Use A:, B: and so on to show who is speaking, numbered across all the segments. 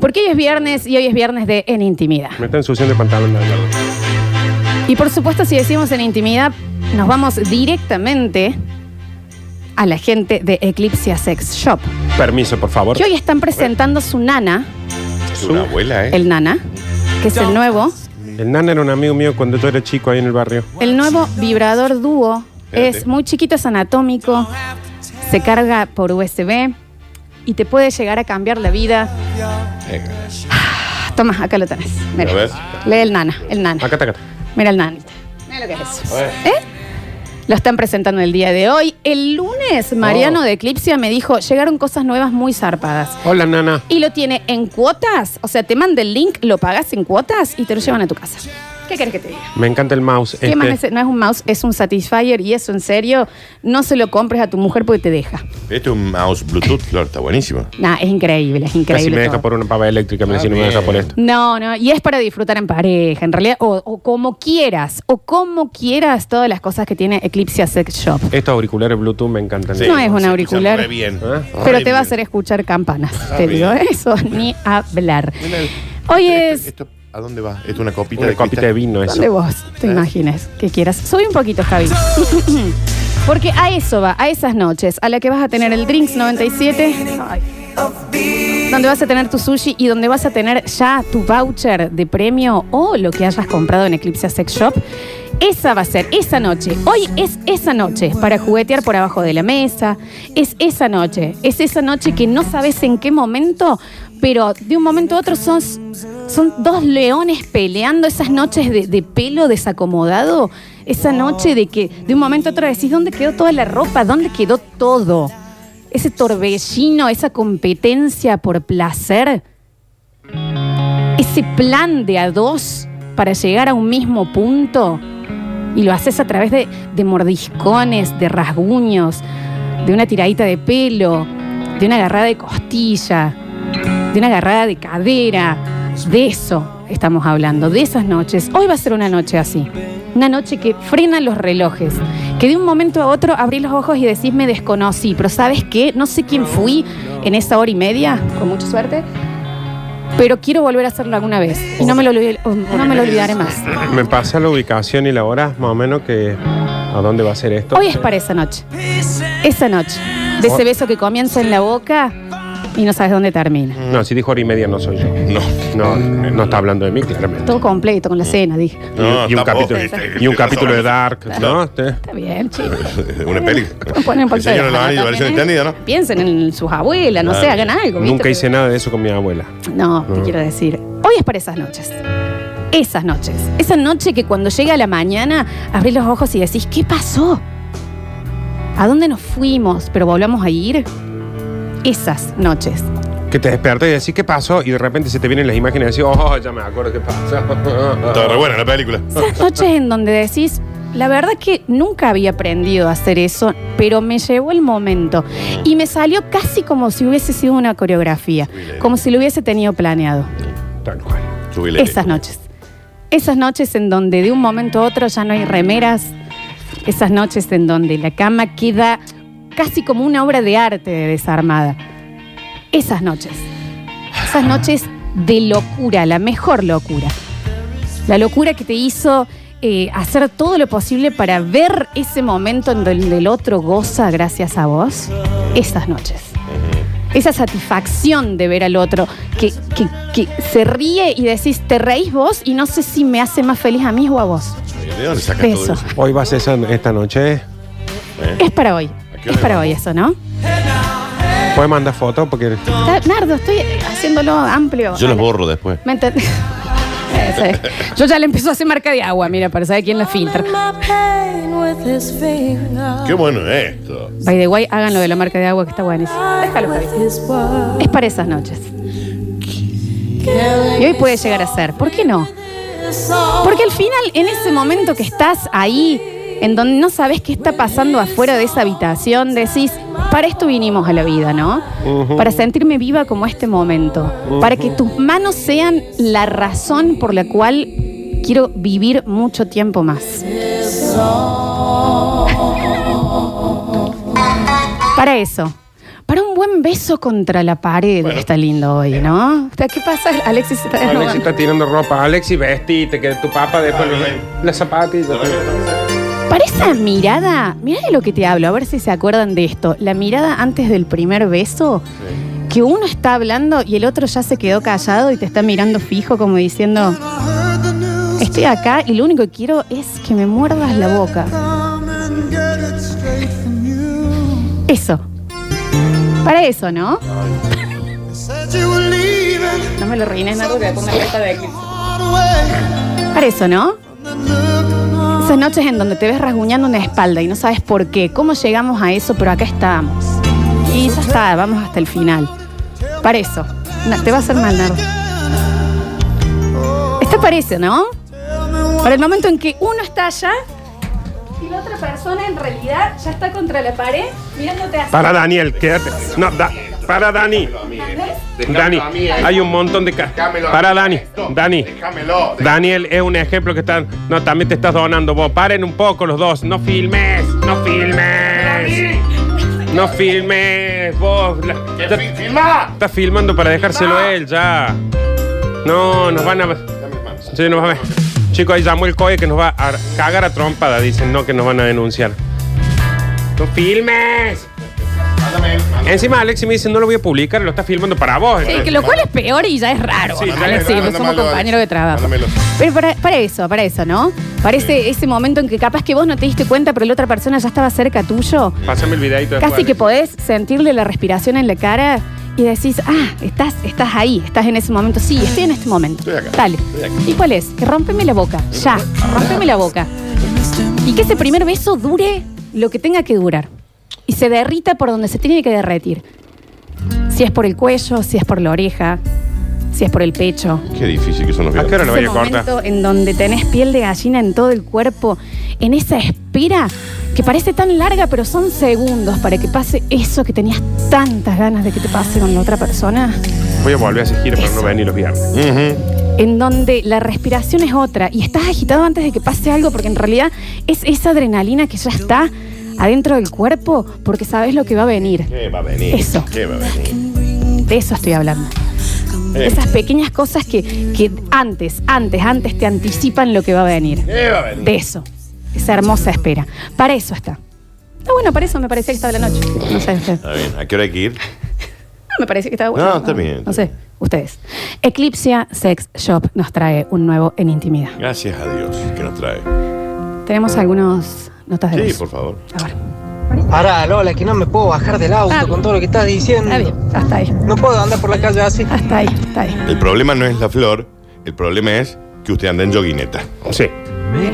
A: Porque hoy es viernes y hoy es viernes de En Intimidad.
B: Me está ensuciando el pantalón, Daniel.
A: Y por supuesto, si decimos en intimidad, nos vamos directamente a la gente de Eclipse Sex Shop.
B: Permiso, por favor.
A: Que hoy están presentando su nana,
C: Es una abuela, ¿eh?
A: el nana, que es el nuevo,
B: El nana era un amigo mío cuando yo era chico ahí en el barrio.
A: el nuevo vibrador dúo. Es muy chiquito, es anatómico, se carga por USB y te puede llegar a cambiar la vida.
C: Venga.
A: Toma, acá lo tenés. Mira.
C: A ver.
A: Lee el nana, el nana.
B: Acá, acá, acá.
A: Mira el nanita. Mira lo que es eso.
C: A ver.
A: ¿Eh? Lo están presentando el día de hoy. El lunes,
B: Oh.
A: Mariano de Eclipsia me dijo, llegaron cosas nuevas muy zarpadas.
B: Hola, nana.
A: Y lo tiene en cuotas. O sea, te manda el link, lo pagas en cuotas y te lo llevan a tu casa. ¿Qué querés que te diga?
B: Me encanta el mouse.
A: ¿Qué
B: este.
A: más nece- no es un mouse, es un satisfier y eso en serio, no se lo compres a tu mujer porque te deja.
C: Este es un mouse Bluetooth, Flor, está buenísimo.
A: Nah, es increíble, es increíble.
B: Casi me deja
A: todo.
B: por una pava eléctrica, me
C: Ah,
B: decía, no me deja
C: bien.
B: por esto.
A: No, no, y es para disfrutar en pareja, en realidad, o, o como quieras, o como quieras todas las cosas que tiene Eclipse Sex Shop.
B: Estos auriculares Bluetooth me encantan.
A: Sí. No es un
C: se
A: auricular.
C: escucha re bien.
B: ¿Eh?
A: Pero te va a hacer escuchar campanas,
C: Ah,
A: te digo
C: bien.
A: eso, ni hablar.
C: Mira,
A: Hoy
C: esto-
A: es...
C: esto- ¿A dónde va? ¿Esto es una copita
B: Una
C: de
B: copita de
C: cristal?
B: vino eso.
A: Donde vos te imagines que quieras. Sube un poquito, Javi. Porque a eso va, a esas noches, a la que vas a tener el Drinks 97, ay, donde vas a tener tu sushi y donde vas a tener ya tu voucher de premio o lo que hayas comprado en Eclipse Sex Shop. Esa va a ser esa noche. Hoy es esa noche para juguetear por abajo de la mesa. Es esa noche. Es esa noche que no sabes en qué momento, pero de un momento a otro sos, son dos leones peleando esas noches de, de pelo desacomodado. Esa noche de que de un momento a otro decís, ¿dónde quedó toda la ropa? ¿Dónde quedó todo? Ese torbellino, esa competencia por placer ese plan de a dos para llegar a un mismo punto y lo haces a través de, de mordiscones, de rasguños, de una tiradita de pelo, de una agarrada de costilla, de una agarrada de cadera. De eso estamos hablando, de esas noches. Hoy va a ser una noche así. Una noche que frena los relojes, que de un momento a otro abrís los ojos y decís me desconocí, pero ¿sabes qué? No sé quién fui en esa hora y media, con mucha suerte, pero quiero volver a hacerlo alguna vez y no me lo, olvidé- no me lo olvidaré más.
B: Me pasa la ubicación y la hora, más o menos, que a dónde va a ser esto.
A: Hoy es para esa noche. Esa noche. De ese beso que comienza en la boca y no sabes dónde termina.
B: No, si dijo hora y media no soy yo.
C: No.
B: No, no está hablando de mí, claramente.
A: Todo completo con la cena, dije.
C: No, este.
B: y, un
C: está
B: capítulo,
C: vos.
B: y un capítulo de Dark, ¿no? Este.
A: Está bien, chicos.
C: una peli.
A: Ponen un
C: El
A: poquito de
C: señor no lo
A: banana
C: van a versión
A: también, ¿eh?
C: extendida, ¿no?
A: Piensen en sus abuelas, no
C: Claro.
A: sé, hagan algo. ¿viste?
B: Nunca hice nada de eso con mi abuela.
A: No, te quiero decir. Hoy es para esas noches. Esas noches. Esa noche que cuando llega la mañana abrís los ojos y decís, ¿qué pasó? ¿A dónde nos fuimos? ¿Pero volvamos a ir? Esas noches.
B: Que te despertas y decís, ¿qué pasó? Y de repente se te vienen las imágenes y decís, oh, ya me acuerdo qué pasó.
C: Está re buena la película.
A: Esas noches en donde decís, la verdad que nunca había aprendido a hacer eso, pero me llegó el momento y me salió casi como si hubiese sido una coreografía, como si lo hubiese tenido planeado.
B: Tal cual.
C: Subile.
A: Esas noches. Esas noches en donde de un momento a otro ya no hay remeras, esas noches en donde la cama queda casi como una obra de arte desarmada. Esas noches. Esas noches de locura, la mejor locura. La locura que te hizo eh, hacer todo lo posible para ver ese momento en donde el otro goza gracias a vos. Esas noches. Esa satisfacción de ver al otro que, que- que se ríe y decís, te reís vos y no sé si me hace más feliz a mí o a vos.
C: ¿De dónde sacas
A: De
C: todo
A: eso.
C: eso? ¿Eh?
B: Hoy va a ser esa- esta noche.
A: Es para hoy.
C: ¿A qué hora
A: Es para
C: vamos?
A: hoy eso, ¿no?
B: Puedes mandar fotos porque.
A: Está- Nardo, estoy haciéndolo amplio.
C: Yo los
A: Vale.
C: borro después.
A: ¿Me entendés? Eso es. Yo ya le empiezo a hacer marca de agua, mira, para saber quién la filtra.
C: Qué bueno es esto.
A: By the way, hagan lo de la marca de agua que está buenísimo. Déjalo, Javi. Es para esas noches. Y hoy puede llegar a ser. ¿Por qué no? Porque al final, en ese momento que estás ahí, en donde no sabes qué está pasando afuera de esa habitación, decís, para esto vinimos a la vida, ¿no? Para sentirme viva como este momento. Para que tus manos sean la razón por la cual quiero vivir mucho tiempo más. Para eso. Para un buen beso contra la pared
C: Bueno.
A: está lindo hoy, ¿no? O sea, ¿Qué pasa? Alexis está
B: Alexi
A: desnudando.
B: está tirando ropa. Alexi, vestite, que tu papá después
C: Ah, bien.
B: las zapatillas.
A: Para esa mirada, mirá de lo que te hablo, a ver si se acuerdan de esto. La mirada antes del primer beso, que uno está hablando y el otro ya se quedó callado y te está mirando fijo como diciendo, estoy acá y lo único que quiero es que me muerdas la boca. Eso. Para eso, ¿no? No me lo reines, Nardo, que me ponga carta de eclipse. Para eso, ¿no? Esas noches en donde te ves rasguñando una espalda y no sabes por qué, cómo llegamos a eso, pero acá estamos. Y ya está, vamos hasta el final. Para eso. No, te va a hacer mal, Nardo. Está para eso, ¿no? Para el momento en que uno está allá y la otra persona en realidad ya está contra la pared mirándote así.
B: Para Daniel, quédate. No, da- para Dani. Dani, hay un montón de... ca- Para Dani, Dani.
C: Déjamelo.
B: Daniel es un ejemplo que están... No, también te estás donando vos. Paren un poco los dos. No filmes, no filmes. No filmes, vos. La-
C: Que
B: ya
C: fi- filmá.
B: está filmando para dejárselo él ya. No, nos van a...
C: Dame las manos.
B: Sí, nos va a ver. Chicos, ahí llamó el COE que nos va a cagar a trompada. Dicen, no, que nos van a denunciar. ¡No filmes!
C: Mándame, mándame.
B: Encima Alexi me dice, no lo voy a publicar, lo está filmando para vos.
A: Sí, que lo cual es peor y ya es raro.
B: Sí,
A: Sí,
B: ya es
A: sí pues
C: raro,
A: somos
C: mándamelo,
A: compañeros de trabajo.
C: mándamelo.
A: Pero para, para eso, para eso, ¿no? Parece ese momento en que capaz que vos no te diste cuenta, pero la otra persona ya estaba cerca tuyo.
B: Pásame el videito después.
A: Casi que
B: Alexi.
A: podés sentirle la respiración en la cara y decís, ah, estás, estás ahí, estás en ese momento. Sí, estoy en este momento.
C: Estoy acá.
A: Dale.
C: Estoy acá.
A: ¿Y cuál es? Que rompeme la boca. Ya, rompeme la boca. Y que ese primer beso dure lo que tenga que durar. Y se derrita por donde se tiene que derretir. Si es por el cuello, si es por la oreja, si es por el pecho.
C: Qué difícil que son los
B: ¿A qué
C: videos.
B: hora lo voy
A: Ese
B: a cortar?
A: momento en donde tenés piel de gallina en todo el cuerpo, en esa espera que parece tan larga, pero son segundos para que pase eso que tenías tantas ganas de que te pase con la otra persona,
B: Voy a volver a ese giro para no venir los viernes.
C: Ujú.
A: en donde la respiración es otra y estás agitado antes de que pase algo, porque en realidad es esa adrenalina que ya está adentro del cuerpo, porque sabes lo que va a venir.
C: ¿Qué va a venir?
A: Eso.
C: ¿Qué va a venir?
A: De eso estoy hablando.
C: Eh.
A: Esas pequeñas cosas que, que antes, antes, antes te anticipan lo que va a venir.
C: ¿Qué va a venir?
A: de eso, esa hermosa espera. Para eso está. Está bueno, para eso me parecía que estaba la noche. No sé usted.
C: Está bien. ¿A qué hora hay que ir?
A: No, me parecía que estaba bueno.
C: No, está bien,
A: No
C: está
A: sé, ustedes. Eclipsia Sex Shop nos trae un nuevo en intimidad.
C: Gracias a Dios que nos trae.
A: Tenemos algunos notas de
C: Sí,
A: voz.
C: por favor.
A: A ver.
D: Pará, Lola, que no me puedo bajar del auto
A: Ah, bien.
D: con todo lo que estás diciendo.
A: Está bien, hasta ahí.
D: No puedo andar por la calle así.
A: Hasta ahí, hasta ahí.
C: El problema no es la flor, el problema es que usted anda en joguineta.
B: Sí.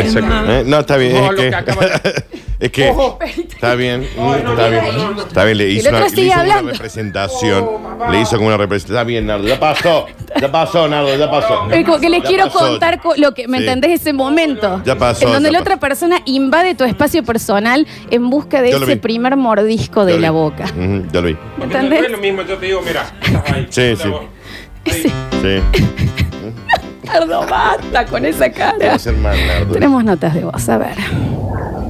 B: Exacto.
C: ¿Eh? No, está bien.
B: Ah. No,
C: es,
B: lo
C: que,
B: que acaba de-
C: es que.
B: Ojo.
C: Está bien.
B: no, no,
C: está bien.
B: no, no.
C: Está bien, le hizo,
A: otro
C: una, le
A: sigue
C: hizo como una
A: hablando.
C: representación.
B: Oh, papá.
C: le hizo como una representación. Está bien, Nardo. Ya pasó. Ya pasó, Nardo. Ya pasó.
A: Es como que les
C: Ya
A: quiero
C: pasó.
A: contar co- lo que, ¿me
C: Sí.
A: entendés? Ese momento.
C: Ya pasó,
A: En donde
C: ya
A: la
C: pasó.
A: otra persona invade tu espacio personal en busca de
C: Yo lo
A: ese
C: vi.
A: primer mordisco
C: Ya
A: de
C: lo
A: la
C: vi.
A: boca.
C: Ujú, ya lo vi.
A: ¿Me
B: Porque No es
A: entendés?
B: lo mismo, yo te digo, mira. estás ahí.
C: Sí, sí.
B: Sí.
C: Sí.
A: Nardo, basta con esa cara.
C: Puede ser mal, Nardo.
A: Tenemos notas de voz, a ver.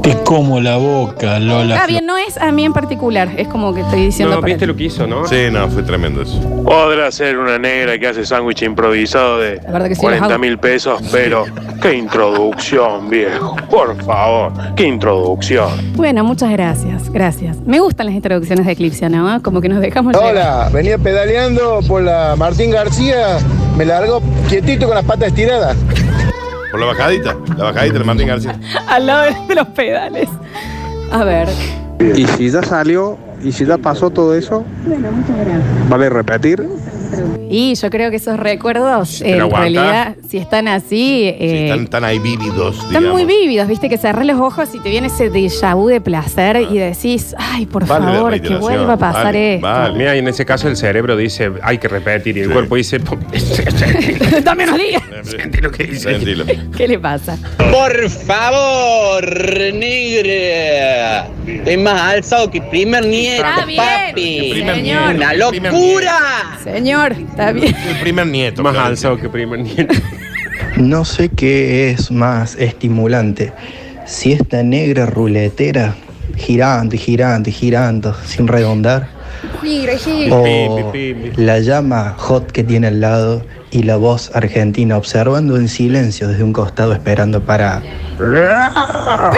E: Te como la boca, Lola.
A: Ah, bien, no es a mí en particular, es como que estoy diciendo.
B: No,
A: para
B: viste
A: él.
B: lo que hizo, ¿no?
C: Sí, no, fue tremendo eso.
F: Podrá ser una negra que hace sándwich improvisado de
A: La verdad que sí,
F: 40
A: los
F: mil pesos, pero qué introducción, viejo. Por favor, qué introducción.
A: Bueno, muchas gracias, gracias. Me gustan las introducciones de Eclipse, ¿no? Como que nos dejamos. llevar.
G: Hola, venía pedaleando por la Martín García, me largo quietito con las patas estiradas.
C: Por la bajadita. La bajadita de Martín García.
A: Al lado de los pedales. A ver.
H: Y si ya salió, y si ya pasó todo eso, vale repetir.
A: Y yo creo que esos recuerdos, eh,
B: pero
A: en
B: aguanta.
A: realidad, si están así, eh,
C: Sí, están,
A: están,
C: están ahí vívidos.
A: muy
C: digamos.
A: vívidos, viste, que cerrás los ojos y te viene ese déjà vu de placer y decís, ay, por
C: Vale la
A: favor, que
C: reiteración,
A: vuelva a pasar
C: vale,
A: esto.
C: vale.
B: Mira, y en ese caso el cerebro dice, hay que repetir, y el
C: Sí.
B: cuerpo dice,
A: Dame unos días.
C: Eh.
B: sentí lo que dice.
C: Tranquilo.
A: ¿Qué le pasa?
I: Por favor, negre. Estoy más alzado que primer nieto,
A: Está bien,
I: papi.
A: primer Señor.
I: Una
C: nieto, primer
I: locura.
A: Señor, está bien.
C: El primer nieto.
B: Más
C: claro.
B: alzado que primer nieto.
J: No sé qué es más estimulante. Si esta negra ruletera, girando y girando y girando, sin redondar,
K: Gira, gira.
C: Oh.
J: o la llama hot que tiene al lado y la voz argentina observando en silencio desde un costado esperando para...
A: Pero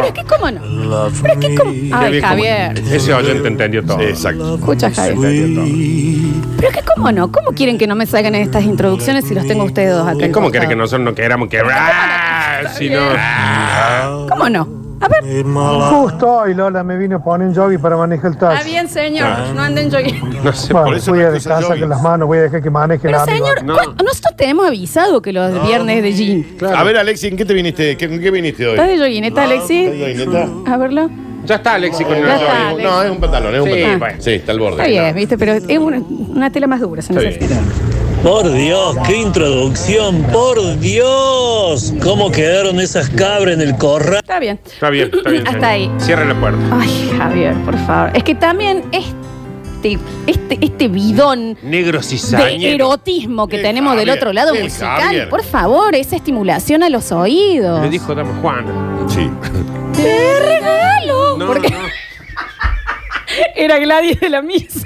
A: es que, ¿cómo no? Pero es que, ¿cómo? Ay, Javier.
B: Ese oyente entendió todo.
C: exacto.
A: Escucha, Javier. Pero es que, ¿cómo no? ¿Cómo quieren que no me salgan estas introducciones si los tengo a ustedes dos acá?
B: ¿Cómo quiere que nosotros no queramos que... ¡Ah! Si no...
A: ¿Cómo no? A ver.
L: Justo hoy Lola me vino a poner un jogging para manejar el
A: Está
L: taxi.
A: bien, señor. No anden joguiendo.
B: No sé,
L: Bueno,
B: por eso
L: voy
B: no
L: a
B: usa
L: descansar
B: jogging.
L: con las manos, voy a dejar que maneje
A: Pero,
L: la
A: señor,
C: No.
A: ¿cuál- nosotros te hemos avisado que los viernes de jean.
C: A ver, Alexi, ¿en qué te viniste? ¿Qué- ¿Con qué viniste hoy?
A: ¿Estás de joguineta, Alexi?
C: ¿Estás de joguineta?
A: A verlo.
B: Ya está, Alexi, con
C: Eh,
B: el
A: Ya está,
B: jogging.
A: Alexi.
C: No, es un pantalón, es un
B: Sí,
C: pantalón.
B: bueno.
C: Sí, está al borde.
A: Está bien, viste, pero es una, una tela más dura, se
C: Está
A: necesita.
M: Por Dios, qué introducción, por Dios. ¿Cómo quedaron esas cabras en el corral?
A: Está bien.
B: Está bien, está bien.
A: Hasta ahí.
B: Cierre la puerta.
A: Ay, Javier, por favor. Es que también este, este, este bidón
B: Negro
A: de
B: cizañero.
A: erotismo que
B: El
A: tenemos del
B: Javier,
A: otro lado
B: el
A: musical,
B: Javier.
A: por favor, esa estimulación a los oídos.
B: Me dijo Dama Juana. Sí.
A: ¡Te regalo!
B: No,
A: Porque
B: no.
A: era Gladys de la misa.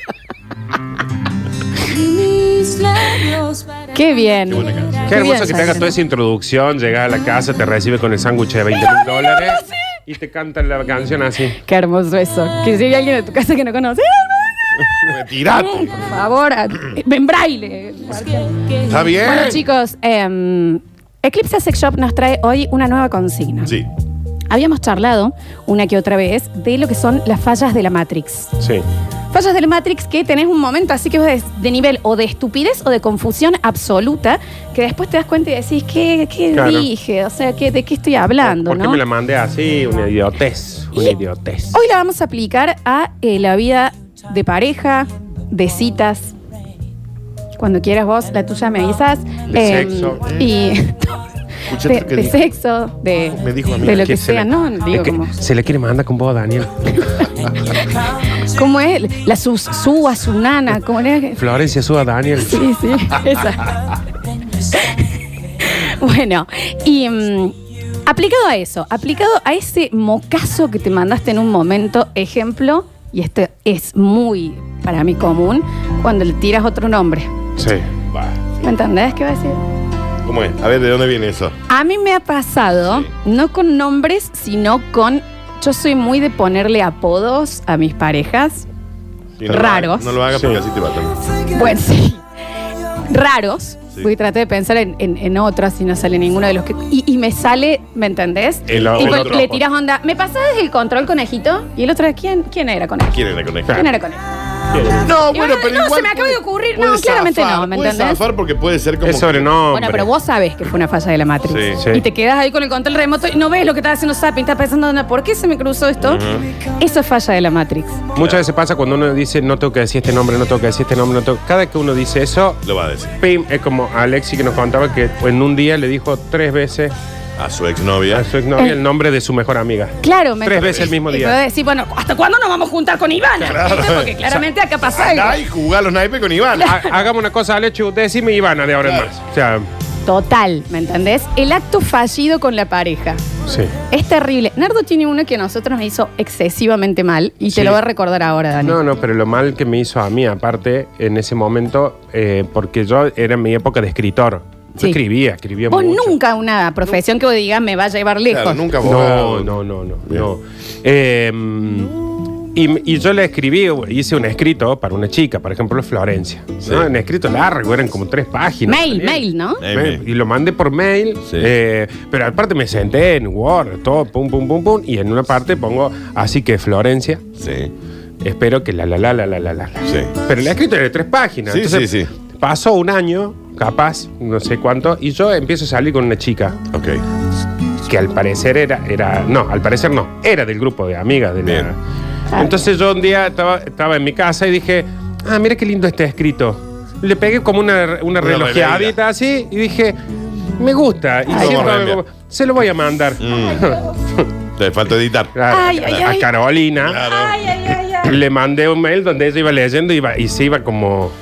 A: Qué bien.
B: Qué
A: Qué bien,
B: hermoso que te hagas
A: Javier.
B: toda esa introducción, llega a la casa, te recibe con el sándwich de 20 mil dólares y te cantan la canción así.
A: Qué hermoso eso. Que llegue alguien de tu casa que no conoce.
C: Retirate.
A: Por favor, a- en braille.
C: Está bien.
A: Bueno, chicos, em, Eclipse Sex Shop nos trae hoy una nueva consigna.
C: Sí.
A: Habíamos charlado una que otra vez de lo que son las fallas de la Matrix.
B: Sí.
A: Fallas del Matrix que tenés un momento así que vos de, de nivel o de estupidez o de confusión absoluta que después te das cuenta y decís, ¿qué, qué
B: Claro.
A: dije? O sea, ¿qué- ¿de qué estoy hablando?
B: ¿Por qué
A: no?
B: me la mandé así? Una idiotez. Una idiotez.
A: Hoy la vamos a aplicar a eh, la vida de pareja, de citas. Cuando quieras vos, la tuya me avisas.
C: De sexo.
A: Y
C: Escuchate
A: de,
C: lo que
A: de
C: dijo.
A: sexo, de,
C: Me dijo a mí.
A: de lo que
B: se
A: sea,
B: le-
A: ¿no? Digo,
B: Es que
A: como,
B: Se le quiere mandar con vos, Daniel.
A: ¿cómo es? La sus, su, a su nana, ¿cómo era?
B: Florencia, suba a Daniel.
A: Sí, sí, esa. bueno, y mm, aplicado a eso, aplicado a ese mocazo que te mandaste en un momento, ejemplo, y este es muy para mí común, cuando le tiras otro nombre.
B: Sí.
C: Va.
A: ¿Me entendés qué va a decir?
C: ¿Cómo es? A ver, ¿de dónde viene eso?
A: A mí me ha pasado, no con nombres, sino con. Yo soy muy de ponerle apodos a mis parejas.
C: Sí, no lo
A: Raros.
C: hagas- No lo hagas porque así te matan.
A: Bueno, sí. Raros.
C: Sí.
A: Voy traté de pensar en, en, en otras y no sale ninguno de los que. Y, y me sale, ¿me entendés?
C: El-
B: Eh,
C: el
A: Tipo,
C: otro.
A: le tiras onda. ¿Me pasás el control conejito? Y el otro, ¿quién, quién era conejito?
C: ¿Quién era conejito?
A: ¿Quién era conejito?
C: No,
A: Y
C: bueno,
A: bueno,
C: pero
A: no,
C: igual
A: se me acaba de
C: puede-
A: ocurrir.
C: puede
A: No, claramente
C: zafar,
A: no, ¿me
C: puede
A: entendés?
C: zafar porque puede ser como...
B: Es sobrenombre.
A: Bueno, pero vos sabés que fue una falla de la Matrix.
C: Sí.
A: Y te quedas ahí con el control remoto y no ves lo que está haciendo Zapping. Estás pensando, "Onda, ¿por qué se me cruzó esto? Eso es falla de la Matrix.
B: Muchas veces pasa cuando uno dice, no tengo que decir este nombre, no tengo que decir este nombre, no tengo... Cada que uno dice eso,
C: Lo va a decir.
B: pim, es como Alexi que nos contaba que en un día le dijo tres veces
C: A su exnovia.
B: a su
A: Eh.
B: exnovia el nombre de su mejor amiga.
A: Claro, me
B: Tres veces el mismo
A: Y
B: día.
A: puedo decir, bueno, ¿hasta cuándo nos vamos a juntar con Ivana? ¿Viste? Porque claramente acá pasa algo.
C: Ay, jugá los naipes con Iván.
B: Ha- Hagamos una cosa, Alechu, decime Ivana de ahora en más. O sea,
A: Total, ¿me entendés? El acto fallido con la pareja.
B: sí.
A: Es terrible. Nardo tiene uno que a nosotros nos hizo excesivamente mal y
B: Sí.
A: te lo va a recordar ahora, Dani.
B: No, no, pero lo mal que me hizo a mí, aparte, en ese momento, eh, porque yo era mi época de escritor. Yo
A: Sí.
B: escribía, escribía
A: Vos
B: mucho.
A: nunca una profesión que vos digas me va a llevar lejos.
C: Claro, nunca vos.
B: No, no, no, no. no. Eh, y, y yo le escribí, hice un escrito para una chica, por ejemplo, Florencia. ¿no?
C: Sí.
B: Un escrito largo, eran como tres páginas.
A: mail,
B: Daniel.
A: mail, ¿no?
C: Eh,
B: Me- Y lo mandé por mail,
C: Sí.
B: eh, pero aparte me senté en Word, todo, pum, pum, pum, pum, y en una parte pongo, así que Florencia,
C: Sí.
B: espero que la, la, la, la, la, la, la.
C: Sí.
B: Pero el escrito era de tres páginas.
C: Sí,
B: Entonces,
C: sí, sí.
B: Pasó un año, capaz, no sé cuánto, y yo empiezo a salir con una chica
C: Ok.
B: que al parecer era, era no, al parecer no, era del grupo de amigas de la-
C: Bien.
B: Entonces yo un día estaba, estaba en mi casa y dije, ah, mira qué lindo está escrito. Le pegué como una, una
C: Una
B: relojeadita
C: releída.
B: así y dije, me gusta. Y
C: Ay.
B: siento
C: Vamos a Mm.
B: algo- se lo voy a mandar.
C: Te falta editar.
B: A-
A: Ay, ay,
B: a
A: ay.
B: Carolina
C: Claro.
A: ay, ay,
B: le mandé un mail donde ella iba leyendo y, iba- y se iba como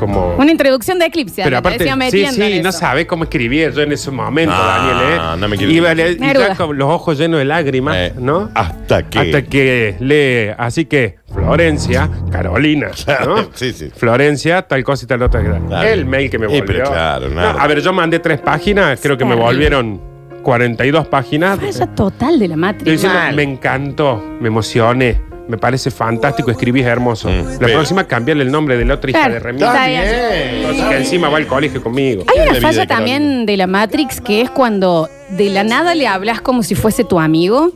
B: como.
A: Una introducción de Eclipse.
B: Pero
A: ¿no?
B: aparte,
A: Decía
B: sí,
A: metiendo
B: sí,
A: en
B: no
A: eso.
B: sabe cómo escribía yo en ese momento,
C: Ah,
B: Daniel, ¿eh?
C: no me quiero Eh,
B: Iba a leer- y
A: Neruda.
B: ya con los ojos llenos de lágrimas, ¿no?
C: Hasta que.
B: Hasta que lee. Así que, Florencia, Carolina, ¿no?
C: sí, sí.
B: Florencia, tal cosa y tal otra.
C: Dale.
B: El mail que me
C: Y,
B: volvió.
C: pero claro,
B: No,
C: nada.
B: a ver, yo mandé tres páginas, creo que me
A: Terrible.
B: volvieron 42 páginas.
A: Falla total de la
B: Estoy
A: matriz.
B: diciendo,
A: Mal.
B: me encantó, me emocioné, me parece fantástico, escribís hermoso. La
C: Mm, pero-
B: próxima, cambiarle el nombre de la otra hija
A: Claro,
B: de
A: está
B: remita.
A: bien.
B: Entonces, que encima va al colegio conmigo.
A: Hay
B: Es la
A: una
B: vida
A: falla
B: de Carolina.
A: también de la Matrix que es cuando de la nada le hablas como si fuese tu amigo,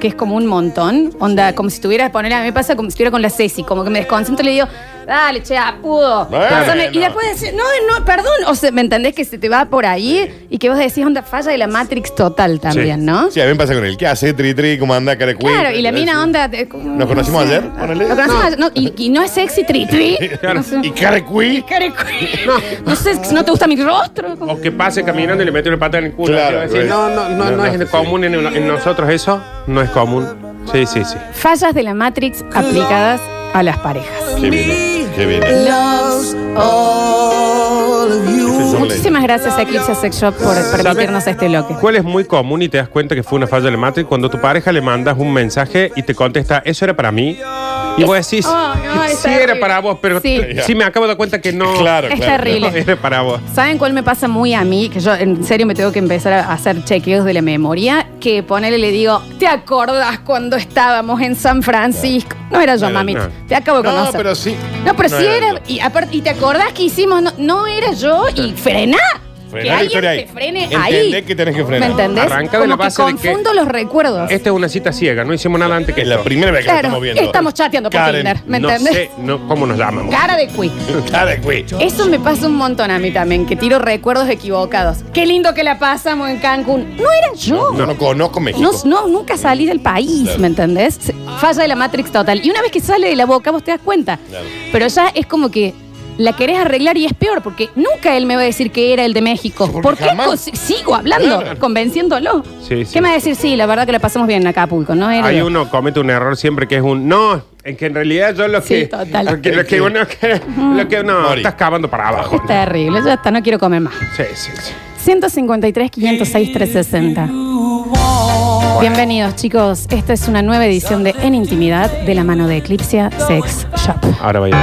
A: que es como un montón. Onda, como si estuvieras, poner a mí me pasa como si estuviera con la Ceci, como que me desconcentro y le digo, dale, che, apudo.
C: Bueno.
A: pásame". Y después decís, no, no, perdón. O sea, ¿me entendés que se te va por ahí y que vos decís, onda, falla de la Matrix total también,
C: Sí.
A: ¿no?
C: Sí, a mí me pasa con el ¿Qué hace, Tri Tri? ¿Cómo anda, Caracuí?
A: Claro, y la mina onda. de-
C: ¿Nos conocimos
A: no sé.
C: ayer? Ponele.
A: Lo conocimos ayer, no, y, y no es sexy, tri, tri.
B: Claro.
A: No sé.
C: ¿Y Caracuí?
A: Carecuí. No sé, no te gusta mi rostro.
B: O que pase caminando y le mete una pata en el culo.
C: Claro,
B: Te iba a decir,
C: es-
B: no, no, no,
C: no,
B: no,
C: no
B: es
C: sé,
B: común en, en nosotros eso. No es común. Sí, sí, sí.
A: Fallas de la Matrix aplicadas a las parejas.
C: Qué bien. Qué bien. Esas son leyes.
A: Muchísimas gracias a Eclipse Sex Shop por permitirnos este bloque.
B: ¿Cuál es muy común y te das cuenta que fue una falla de la matriz? Cuando tu pareja le mandas un mensaje y te contesta, eso era para mí. Y vos decís,
A: Oh, no, es
B: sí era
A: terrible.
B: para vos, pero
A: Sí.
B: sí me acabo de dar cuenta que no.
C: Claro,
A: Es
C: claro.
A: terrible.
B: No, era para vos.
A: ¿Saben cuál me pasa muy a mí? Que yo en serio me tengo que empezar a hacer chequeos de la memoria. Que ponele le digo, ¿te acordás cuando estábamos en San Francisco? No era yo,
C: No era-
A: mami.
B: no.
A: Te acabo de
C: No,
A: conocer.
C: pero sí.
A: No, pero
C: No
A: sí
C: era
A: era.
C: yo.
A: y, aparte- y te acordás que hicimos. No, no era yo y frená.
C: Frená
A: que
C: la
A: alguien
C: historia ahí.
A: te frene ahí.
C: Entendés que tenés que frenar.
A: ¿Me entendés?
B: Arranca de
A: Como
B: la
A: que
B: base de que-
A: confundo los recuerdos.
B: Esta es una cita ciega, no hicimos nada antes que
C: Es la
B: esto.
C: primera vez que
A: Claro,
C: lo estamos viendo.
A: estamos chateando por
C: Karen,
A: Tinder, ¿me
B: no
A: entendés?
B: sé no, cómo nos llamamos.
A: Cara de cuy.
C: Caracuí.
A: Eso me pasa un montón a mí también, que tiro recuerdos equivocados. Qué lindo que la pasamos en Cancún. No era yo.
C: No, no conozco
A: No,
C: México.
A: no, nunca salí del país,
C: Claro.
A: ¿me entendés? Se- Falla de la Matrix total. Y una vez que sale de la boca, vos te das cuenta.
C: Claro.
A: Pero ya es como que la querés arreglar y es peor, porque nunca él me va a decir que era el de México.
C: Porque
A: ¿Por qué
C: jamás.
A: cons- sigo hablando, convenciéndolo?
B: Sí, sí.
A: ¿Qué me va a decir? Sí, la verdad que la pasamos bien en Acapulco, ¿no? Era
B: Hay
A: yo.
B: uno comete un error siempre que es un no, en que en realidad yo lo
A: Sí,
B: que
A: total.
B: lo que lo que uno que- lo que no
C: Morí.
B: estás cavando para abajo.
A: Es terrible, yo hasta no quiero comer más.
B: Sí, sí, sí.
A: 153, 506, 360. Bienvenidos, chicos. Esta es una nueva edición de En Intimidad de la mano de Eclipse Sex Shop.
B: Ahora vaya.